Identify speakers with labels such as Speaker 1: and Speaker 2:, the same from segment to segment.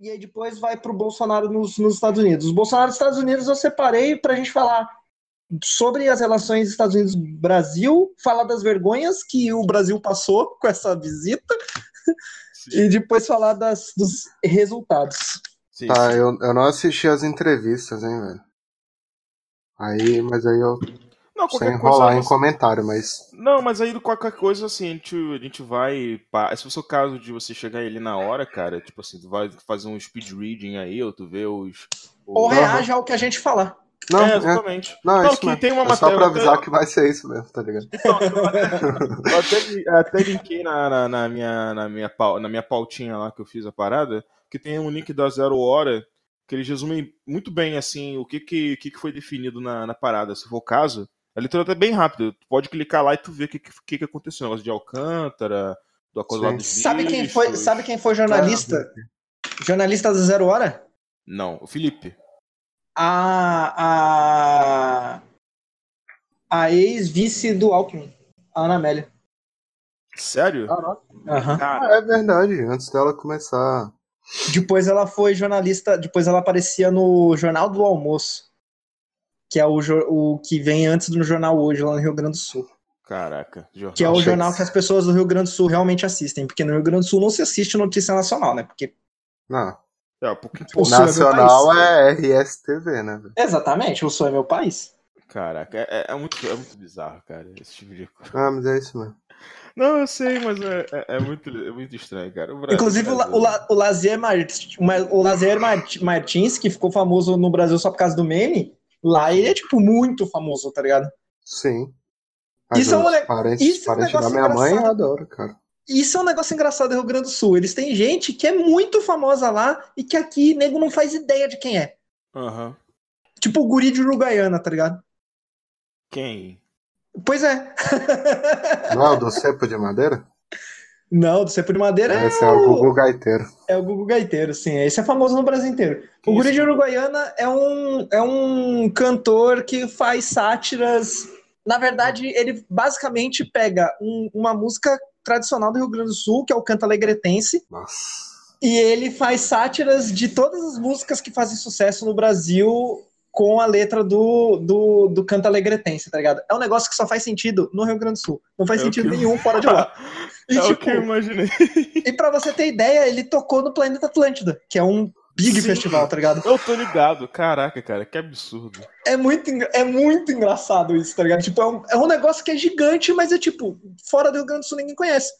Speaker 1: e aí depois vai para o Bolsonaro nos, nos Estados Unidos. O Bolsonaro nos Estados Unidos eu separei para a gente falar sobre as relações Estados Unidos-Brasil, falar das vergonhas que o Brasil passou com essa visita
Speaker 2: Sim.
Speaker 1: e depois falar das, dos resultados.
Speaker 2: Sim,
Speaker 3: Tá,
Speaker 2: sim.
Speaker 3: eu, eu não assisti as entrevistas, hein, velho. Aí, mas aí eu.
Speaker 2: Não,
Speaker 3: Sem
Speaker 2: qualquer coisa.
Speaker 3: enrolar em
Speaker 2: você-
Speaker 3: comentário, mas.
Speaker 2: Não, mas aí qualquer coisa, assim, a gente, a gente vai. pa- Se fosse o caso de você chegar ali na hora, cara, tipo assim, tu vai fazer um speed reading aí, ou tu vê os.
Speaker 1: Ou
Speaker 2: o-
Speaker 3: Porra.
Speaker 1: reage ao que a gente falar.
Speaker 3: é, Não,
Speaker 2: é,
Speaker 3: é,
Speaker 2: exatamente.
Speaker 3: não, é
Speaker 2: Não,
Speaker 3: isso
Speaker 2: que
Speaker 3: mesmo.
Speaker 2: tem uma
Speaker 3: É só
Speaker 2: matéria-
Speaker 3: pra avisar que vai ser isso mesmo, tá ligado?
Speaker 2: Eu até, li- até linkei na, na, na minha, na, minha pau- na minha pautinha lá que eu fiz a parada, que tem um link da Zero Hora, que eles resumem muito bem, assim, o que, que, o que, que foi definido na, na parada. Se for o caso, a leitura tá bem rápida. Tu pode clicar lá e tu vê o que, que, que que aconteceu. O negócio de Alcântara, do acusado
Speaker 3: Sim.
Speaker 2: dos
Speaker 1: Sabe quem foi,
Speaker 2: bichos.
Speaker 1: sabe quem foi jornalista? Jornalista da Zero Hora?
Speaker 2: Não, o Felipe.
Speaker 1: A a a ex-vice do Alckmin, a Ana Amélia. Ah.
Speaker 2: Sério?
Speaker 1: Aham.
Speaker 2: Cara,
Speaker 3: Ah, é verdade, antes dela começar.
Speaker 1: Depois ela foi jornalista, depois ela aparecia no Jornal do Almoço, que é o, jo- o que vem antes do jornal hoje lá no Rio Grande do Sul,
Speaker 2: caraca. jornal.
Speaker 1: que é o
Speaker 3: Achei
Speaker 1: jornal
Speaker 3: que-
Speaker 1: que as pessoas do Rio Grande do Sul realmente assistem, porque no Rio Grande do Sul não se assiste notícia nacional, né? Porque
Speaker 3: Não,
Speaker 2: É, porque-
Speaker 1: o Sul é meu
Speaker 3: nacional
Speaker 1: país.
Speaker 3: é RSTV, né, velho?
Speaker 1: Exatamente, o Sul é meu país.
Speaker 2: Caraca, é, é- é muito, é muito bizarro, cara, esse tipo de coisa.
Speaker 3: Ah, mas é isso mesmo.
Speaker 2: Não, eu sei, mas é, é- é muito, é muito estranho, cara. O Brasil-
Speaker 1: Inclusive, o, La- o, La- o Lazier Mart- Ma- o Lazier Mart- Martins, que ficou famoso no Brasil só por causa do meme, lá ele é, tipo, muito famoso, tá ligado?
Speaker 3: Sim.
Speaker 1: Isso é um
Speaker 3: os
Speaker 1: moleque-
Speaker 3: parentes,
Speaker 1: isso é um
Speaker 3: parentes da
Speaker 1: negócio
Speaker 3: minha mãe eu
Speaker 1: engraçado.
Speaker 3: adoro, cara.
Speaker 1: E Isso é um negócio engraçado do Rio Grande do Sul. Eles têm gente que é muito famosa lá e que aqui nego não faz ideia de quem é.
Speaker 2: Aham.
Speaker 1: Tipo o guri de Uruguaiana, tá ligado?
Speaker 2: Quem?
Speaker 1: Pois é.
Speaker 3: Não é o do cepo de madeira?
Speaker 1: Não, do Cepo de Madeira é,
Speaker 3: Esse é o Gugu Gaiteiro.
Speaker 1: é o Gugu Gaiteiro, sim. Esse é famoso no Brasil inteiro.
Speaker 2: Quem
Speaker 1: O
Speaker 2: é
Speaker 1: Guri
Speaker 2: esse
Speaker 1: de Uruguaiana é um, é um cantor que faz sátiras. Na verdade, ele basicamente pega um- uma música tradicional do Rio Grande do Sul, que é o canto alegretense,
Speaker 3: Nossa.
Speaker 1: e ele faz sátiras de todas as músicas que fazem sucesso no Brasil com a letra do, do, do canto alegretense, tá ligado? É um negócio que só faz sentido no Rio Grande do Sul. Não faz
Speaker 2: É o
Speaker 1: sentido
Speaker 2: que eu-
Speaker 1: nenhum fora de lá. E,
Speaker 2: É o
Speaker 1: tipo,
Speaker 2: que eu imaginei.
Speaker 1: e pra você ter ideia, ele tocou no Planeta Atlântida, que é um big
Speaker 2: Sim.
Speaker 1: festival, tá ligado?
Speaker 2: Eu tô ligado. Caraca, cara, que absurdo.
Speaker 1: É muito, engra- é muito engraçado isso, tá ligado? Tipo, é um, é um negócio que é gigante, mas é tipo, fora do Rio Grande do Sul ninguém conhece.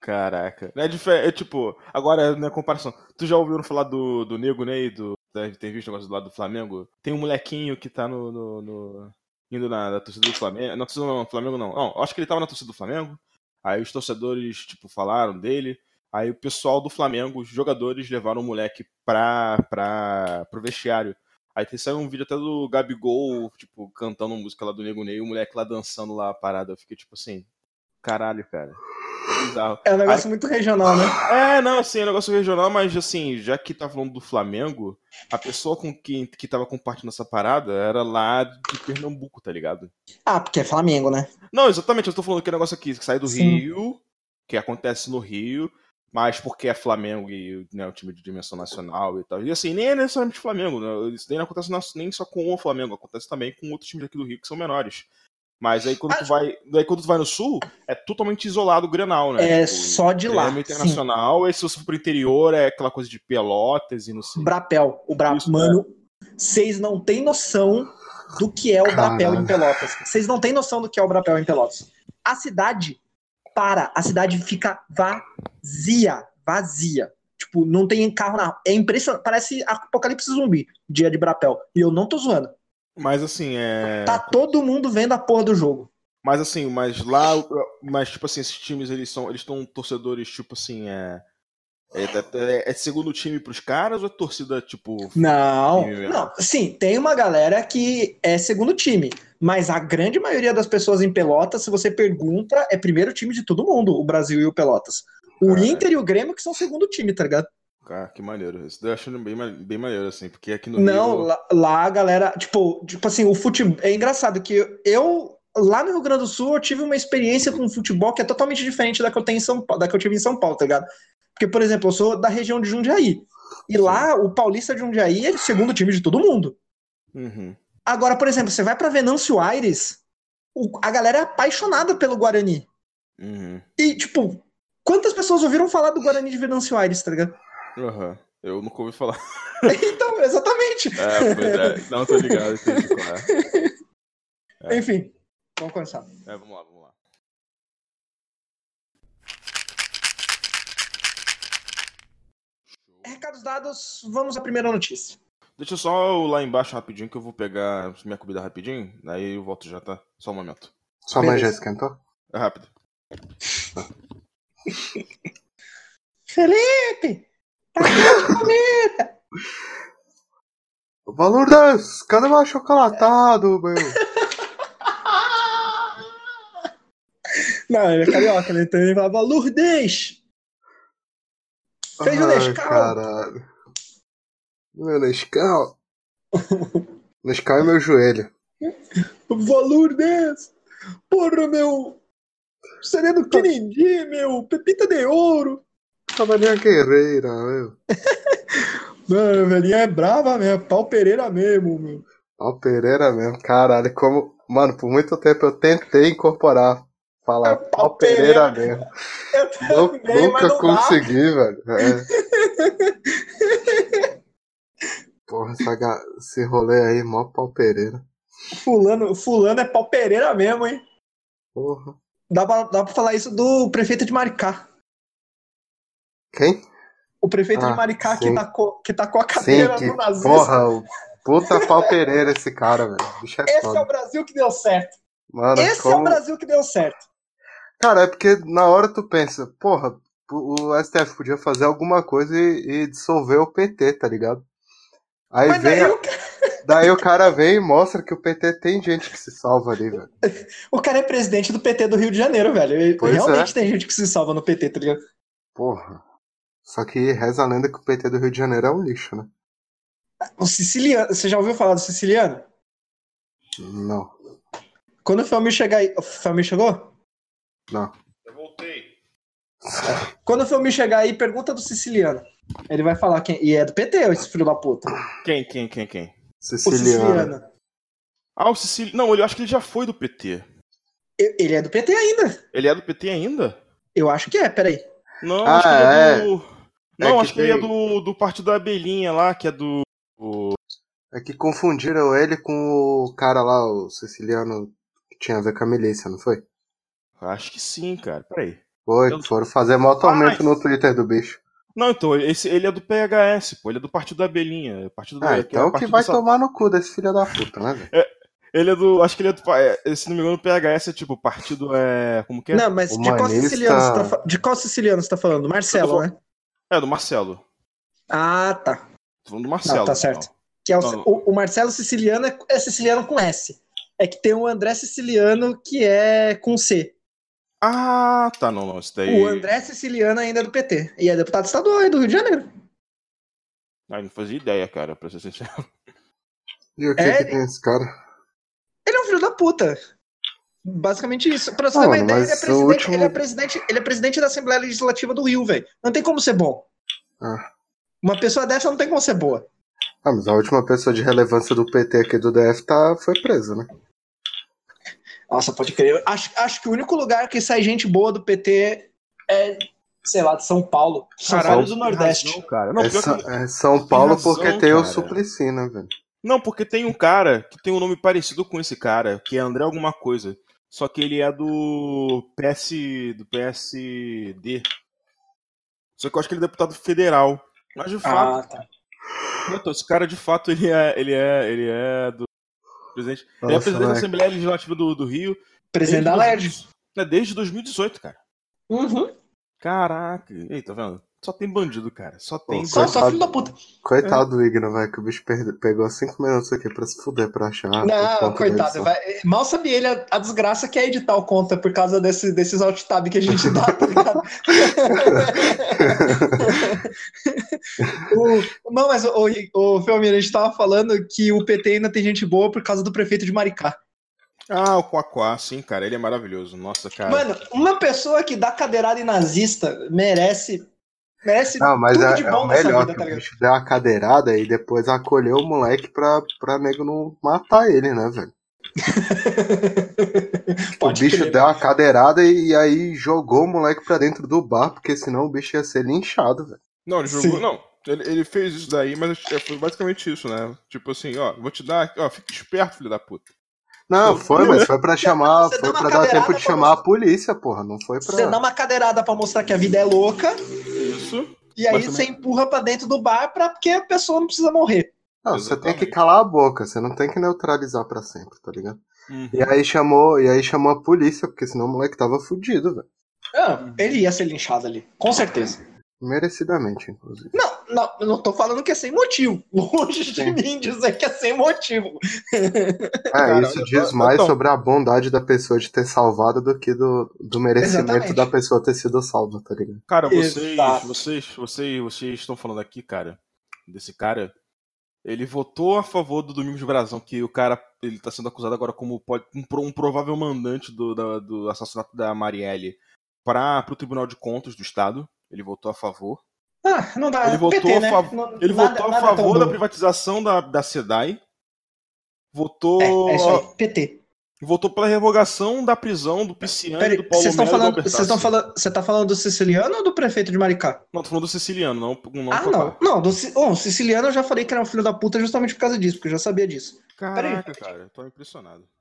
Speaker 2: Caraca. É, dife- é tipo, agora na comparação. Tu já ouviu falar do, do Nego Ney, do, da entrevista negócio do lado do Flamengo? Tem um molequinho que tá no. no- no- indo na, na torcida do Flamengo. Não, torcida não, Flamengo não. Não, eu acho que ele tava na torcida do Flamengo. Aí os torcedores, tipo, falaram dele. Aí o pessoal do Flamengo, os jogadores, levaram o moleque pra, pra, pro vestiário. Aí tem saiu um vídeo até do Gabigol, tipo, cantando uma música lá do Nego Ney, o moleque lá dançando lá a parada. Eu fiquei tipo assim, caralho, cara. Que Bizarro.
Speaker 1: É um negócio muito regional, né?
Speaker 2: É, não, assim, é um negócio regional, mas assim, já que tá falando do Flamengo, a pessoa com quem que tava compartilhando essa parada era lá de Pernambuco, tá ligado?
Speaker 1: Ah, porque é Flamengo, né?
Speaker 2: Não, exatamente, eu tô falando que é um negócio aqui que sai do
Speaker 1: Sim.
Speaker 2: Rio, que acontece no Rio, mas porque é Flamengo e né, o time de dimensão nacional e tal. E assim, nem é necessariamente Flamengo, né? Isso nem acontece na- nem só com o Flamengo, acontece também com outros times aqui do Rio que são menores. Mas aí quando tu
Speaker 1: Acho-
Speaker 2: vai. Daí quando tu vai no sul, é totalmente isolado o Grenal, né?
Speaker 1: É
Speaker 2: Tipo,
Speaker 1: só de lá.
Speaker 2: Grêmio
Speaker 1: sim.
Speaker 2: internacional, aí se você for pro interior é aquela coisa de pelotas e não sei.
Speaker 1: Brapel. O Brapel.
Speaker 2: Isso, é.
Speaker 1: Mano, vocês não têm noção do que é o
Speaker 3: Caralho.
Speaker 1: Brapel em Pelotas. Vocês não têm noção do que é o Brapel em Pelotas. A cidade para, a cidade fica vazia, vazia. Tipo, não tem carro na. É impressionante, parece apocalipse zumbi, dia de Brapel. E eu não tô zoando.
Speaker 2: Mas assim, é.
Speaker 1: Tá todo mundo vendo a porra do jogo.
Speaker 2: Mas assim, mas lá. Mas, tipo assim, esses times eles são. Eles estão torcedores, tipo assim, é. É, é- é segundo time pros caras ou é torcida, tipo.
Speaker 1: Não,
Speaker 2: Sim,
Speaker 1: não. Sim, tem uma galera que é segundo time, mas a grande maioria das pessoas em Pelotas, se você pergunta, é primeiro time de todo mundo, o Brasil e o Pelotas. O
Speaker 2: Caralho.
Speaker 1: Inter e o Grêmio que são segundo time, tá ligado?
Speaker 2: Ah, que maneiro. Isso daí eu acho bem, ma- bem maneiro, assim, porque aqui no
Speaker 1: Não,
Speaker 2: Rio.
Speaker 1: lá, lá a galera, tipo, tipo assim, o futebol é engraçado que eu lá no Rio Grande do Sul eu tive uma experiência com futebol que é totalmente diferente da que eu tenho em São Paulo, da que eu tive em São Paulo, tá ligado? Porque por exemplo, eu sou da região de Jundiaí. E lá, o Paulista de Jundiaí é o segundo time de todo mundo.
Speaker 2: Uhum.
Speaker 1: Agora, por exemplo, você vai pra Venâncio Aires, o- a galera é apaixonada pelo Guarani.
Speaker 2: Uhum.
Speaker 1: E, tipo, quantas pessoas ouviram falar do Guarani de Venâncio Aires, tá ligado?
Speaker 2: Aham. Eu nunca ouvi falar.
Speaker 1: Então, exatamente.
Speaker 2: É, pois é. Não, tô ligado. entendi qual é. É.
Speaker 1: Enfim, vamos começar.
Speaker 2: É, vamos lá, vamos lá.
Speaker 1: Recados dados, vamos à primeira notícia.
Speaker 2: Deixa eu só lá embaixo rapidinho que eu vou pegar minha comida rapidinho. Aí eu volto já, tá? Só um momento.
Speaker 3: Sua mãe já
Speaker 1: Beleza.
Speaker 3: esquentou?
Speaker 2: É rápido.
Speaker 1: Felipe!
Speaker 3: O valor das. Cadê o achocolatado, meu?
Speaker 1: Não, ele é carioca, né? Então ele falava Lourdes! Fez o
Speaker 3: Ai,
Speaker 1: Nescau.
Speaker 3: Caralho. Meu Nescau. Nescau é meu joelho.
Speaker 1: Vó Lourdes! Porra, meu! Sereno Quirindi, meu! Pepita de ouro!
Speaker 3: Cavalinha guerreira, meu.
Speaker 1: Mano, a velhinha é brava mesmo, pau Pereira mesmo, meu.
Speaker 3: Ó, Pereira mesmo. Caralho, como. Mano, por muito tempo eu tentei incorporar. Falar
Speaker 1: É
Speaker 3: pau Pereira mesmo.
Speaker 1: Eu
Speaker 3: Não-
Speaker 1: também, mas não
Speaker 3: nunca
Speaker 1: dá.
Speaker 3: consegui, velho. É. Porra, essa ga- esse rolê aí, mó pau Pereira.
Speaker 1: Fulano, fulano é pau Pereira mesmo, hein?
Speaker 3: Porra.
Speaker 1: Dá pra, dá pra falar isso do prefeito de Maricá.
Speaker 3: Quem?
Speaker 1: O prefeito
Speaker 3: Ah,
Speaker 1: de Maricá que
Speaker 3: sim.
Speaker 1: tacou, que tacou a
Speaker 3: Sim,
Speaker 1: cadeira
Speaker 3: que
Speaker 1: do Tá nazista.
Speaker 3: porra, o puta pau Pereira esse cara, velho. O bicho é
Speaker 1: Esse é o
Speaker 3: foda.
Speaker 1: Brasil que deu certo.
Speaker 3: Mano,
Speaker 1: Esse é o
Speaker 3: como...
Speaker 1: Brasil que deu certo.
Speaker 3: Cara, é porque na hora tu pensa, porra, o o STF podia fazer alguma coisa e, e dissolver o PT, tá ligado? Aí
Speaker 1: Mas
Speaker 3: vem,
Speaker 1: daí
Speaker 3: a-
Speaker 1: o, ca-
Speaker 3: daí o cara vem e mostra que o PT tem gente que se salva ali, velho.
Speaker 1: o cara é presidente do PT do Rio de Janeiro, velho. E-
Speaker 3: Pois
Speaker 1: Realmente
Speaker 3: é.
Speaker 1: tem gente que se salva no PT, tá ligado?
Speaker 3: Porra. Só que reza a lenda que o PT do Rio de Janeiro é um lixo, né?
Speaker 1: O siciliano, você já ouviu falar do siciliano?
Speaker 3: Não.
Speaker 1: Quando o Felmir chegar aí. O Felmir chegou?
Speaker 2: Eu voltei.
Speaker 1: Quando o Felmir chegar aí, pergunta do siciliano. Ele vai falar quem. E é do PT, esse filho da puta.
Speaker 2: Quem, quem, quem, quem?
Speaker 1: O
Speaker 3: Siciliano.
Speaker 1: siciliano.
Speaker 2: Ah, o Cecílio. Não, ele- eu acho que ele já foi do PT.
Speaker 1: E- Ele é do PT ainda.
Speaker 2: Ele é do PT ainda?
Speaker 1: Eu acho que é, peraí.
Speaker 2: Não,
Speaker 3: Ah,
Speaker 2: acho que ele é do.
Speaker 3: É
Speaker 2: Não,
Speaker 3: que
Speaker 2: acho que ele é
Speaker 3: tem-
Speaker 2: do, do partido da Abelhinha lá, que é do.
Speaker 3: É que confundiram ele com o cara lá, o siciliano, que tinha a ver com a milícia, não foi?
Speaker 2: Acho que sim, cara. Peraí.
Speaker 3: Foi,
Speaker 2: Eu-
Speaker 3: foram fazer maior tormento
Speaker 2: Ai.
Speaker 3: no Twitter do bicho.
Speaker 2: Não, então, esse, ele é do PHS, pô. Ele é do partido da Abelhinha. é Partido do,
Speaker 3: Ah,
Speaker 2: é
Speaker 3: então que
Speaker 2: partido
Speaker 3: vai
Speaker 2: do Sa-
Speaker 3: tomar no cu desse filho da puta, né, velho?
Speaker 2: Ele é do. Acho que ele é do. pa- é, Se não me engano, o PHS é tipo, o partido é. Como que é?
Speaker 1: Não, mas de qual,
Speaker 3: Humanista.
Speaker 1: siciliano você tá, fa- de qual siciliano você tá falando? Do Marcelo, né?
Speaker 2: É, do Marcelo.
Speaker 1: Ah, tá.
Speaker 2: Tô falando do Marcelo. então.
Speaker 1: tá certo. Que é o,
Speaker 2: Não.
Speaker 1: o- o Marcelo siciliano é, é siciliano com S. É que tem o André siciliano que é com C.
Speaker 2: Ah, tá, não, não. Isso daí.
Speaker 1: O André siciliano ainda é do PT. E é deputado estadual aí do Rio de Janeiro.
Speaker 2: Ah, não fazia ideia, cara, pra ser sincero.
Speaker 3: E o que,
Speaker 1: É,
Speaker 3: que tem esse cara?
Speaker 1: Ele é um filho da puta. Basicamente isso. Pra você ter
Speaker 3: Mano,
Speaker 1: uma ideia, ele é,
Speaker 3: mas o
Speaker 1: presidente,
Speaker 3: último-
Speaker 1: ele, é presidente, ele é presidente da Assembleia Legislativa do Rio, velho. Não tem como ser bom.
Speaker 3: Ah.
Speaker 1: Uma pessoa dessa não tem como ser boa.
Speaker 3: Ah, mas a última pessoa de relevância do PT aqui do DF tá, foi presa, né?
Speaker 1: Nossa, pode crer. Acho, acho que o único lugar que sai gente boa do PT é, sei lá, de São Paulo. São
Speaker 2: Caralho,
Speaker 1: Paulo
Speaker 2: tem
Speaker 1: do Nordeste.
Speaker 2: razão, cara. Não,
Speaker 3: é,
Speaker 2: pior
Speaker 3: Sa-
Speaker 2: que-
Speaker 3: é São Paulo
Speaker 2: razão,
Speaker 3: porque tem o
Speaker 2: cara.
Speaker 3: Suplicy, né, velho?
Speaker 2: Não, porque tem um cara que tem um nome parecido com esse cara, que é André alguma coisa. Só que ele é do PS. do PSD. Só que eu acho que ele é deputado federal. Mas de fato,
Speaker 1: Ah, tá.
Speaker 2: puta, esse cara de fato ele é. Ele é. Ele é do. Presidente. ele é
Speaker 3: Nossa,
Speaker 2: presidente da
Speaker 3: moleque.
Speaker 2: Assembleia Legislativa do, do Rio.
Speaker 1: Presidente da LERJ.
Speaker 2: né, Desde 2018, cara.
Speaker 1: Uhum.
Speaker 2: Caraca. Ei, tá vendo? Só tem bandido, cara. Só tem.
Speaker 3: Pô,
Speaker 1: Só,
Speaker 2: bandido.
Speaker 1: só filho da puta.
Speaker 3: Coitado do Igno, velho, que o bicho perde- pegou cinco minutos aqui pra se fuder pra achar.
Speaker 2: Ah,
Speaker 3: o
Speaker 1: Não,
Speaker 3: ponto de
Speaker 1: coitado.
Speaker 3: edição.
Speaker 1: vai- Mal sabe ele a, a desgraça que é editar o conta por causa desse, desses alt tab que a gente dá, tá ligado? O- não, mas o, o, Felmir, a gente tava falando que o PT ainda tem gente boa por causa do prefeito de Maricá.
Speaker 2: Ah, o Quaquá, sim, cara. Ele é maravilhoso. Nossa, cara.
Speaker 1: Mano, uma pessoa que dá cadeirada em nazista merece Merece
Speaker 2: Ah,
Speaker 3: Não, mas
Speaker 1: tudo
Speaker 3: é,
Speaker 1: de
Speaker 3: é o
Speaker 1: bom nessa
Speaker 3: melhor,
Speaker 1: vida,
Speaker 3: que
Speaker 1: tá
Speaker 3: o
Speaker 1: ligado?
Speaker 3: bicho deu uma cadeirada e depois acolheu o moleque pra, pra nego não matar ele, né, velho? O
Speaker 1: Pode
Speaker 3: bicho
Speaker 1: crer.
Speaker 3: deu uma cadeirada e, e aí jogou o moleque pra dentro do bar, porque senão o bicho ia ser linchado, velho.
Speaker 2: Não, ele jogou.
Speaker 1: Sim.
Speaker 2: Não, ele, ele fez isso daí, mas é, foi basicamente isso, né? Tipo assim, ó, vou te dar. Ó, fica esperto, filho da puta.
Speaker 3: Não, foi, mas foi pra chamar,
Speaker 1: Você deu
Speaker 3: foi
Speaker 1: uma
Speaker 3: pra dar
Speaker 1: cadeirada
Speaker 3: tempo de
Speaker 1: pra
Speaker 3: chamar a
Speaker 1: você.
Speaker 3: polícia, porra, não foi pra...
Speaker 2: ah.
Speaker 1: Você dá uma cadeirada pra mostrar que a vida é louca,
Speaker 2: Isso.
Speaker 1: e aí
Speaker 2: Mas
Speaker 1: você
Speaker 2: também-
Speaker 1: empurra pra dentro do bar pra porque a pessoa não precisa morrer.
Speaker 3: Não, você tem que
Speaker 2: Exatamente.
Speaker 3: calar a boca, você não tem que neutralizar pra sempre, tá ligado?
Speaker 2: Uhum.
Speaker 3: E aí chamou, e aí chamou a polícia, porque senão o moleque tava fudido, velho.
Speaker 1: Ah, ele ia ser linchado ali, com certeza.
Speaker 3: Merecidamente, inclusive.
Speaker 1: Não, não, eu não tô falando que é sem motivo. Longe de
Speaker 3: Sim.
Speaker 1: mim dizer que é sem motivo.
Speaker 3: É,
Speaker 2: Cara,
Speaker 3: isso
Speaker 2: eu-
Speaker 3: diz
Speaker 2: eu-
Speaker 3: mais
Speaker 2: então-
Speaker 3: sobre a bondade da pessoa de ter salvado do que do, do merecimento
Speaker 1: Exatamente.
Speaker 3: da pessoa ter sido salva, tá ligado?
Speaker 2: Cara, vocês,
Speaker 1: Exato.
Speaker 2: vocês, vocês, vocês estão falando aqui, cara, desse cara. Ele votou a favor do Domingos Brazão, que o cara ele tá sendo acusado agora como pode, um, pro- um provável mandante do, da- do assassinato da Marielle para o Tribunal de Contas do Estado. Ele votou a favor.
Speaker 1: Ah, não dá.
Speaker 2: Ele votou a fav-
Speaker 1: Não-
Speaker 2: Ele
Speaker 1: nada-
Speaker 2: votou a
Speaker 1: nada tão
Speaker 2: favor da
Speaker 1: bom.
Speaker 2: privatização da, da SEDAI.
Speaker 1: É, é isso
Speaker 2: Votou,
Speaker 1: aí, PT.
Speaker 2: votou pela revogação da prisão do Pisciani,
Speaker 1: Peraí,
Speaker 2: do Paulo
Speaker 1: vocês estão
Speaker 2: Melo e do
Speaker 1: falando.
Speaker 2: Albertazzi.
Speaker 1: Vocês estão falando. Você tá falando do siciliano ou do prefeito de Maricá?
Speaker 2: Não, tô falando do siciliano, não. não
Speaker 1: ah,
Speaker 2: foi
Speaker 1: não.
Speaker 2: lá.
Speaker 1: Não, do, ci- bom, o siciliano eu já falei que era um filho da puta justamente por causa disso, porque eu já sabia disso.
Speaker 2: Caraca, cara, eu tô impressionado.